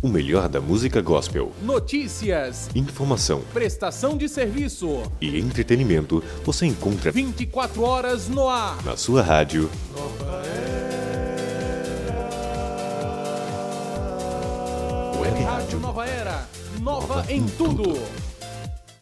O melhor da música gospel, Notícias, informação prestação de serviço, e entretenimento você encontra 24 horas no ar. na sua rádio. Web Rádio Nova Era, nova em tudo.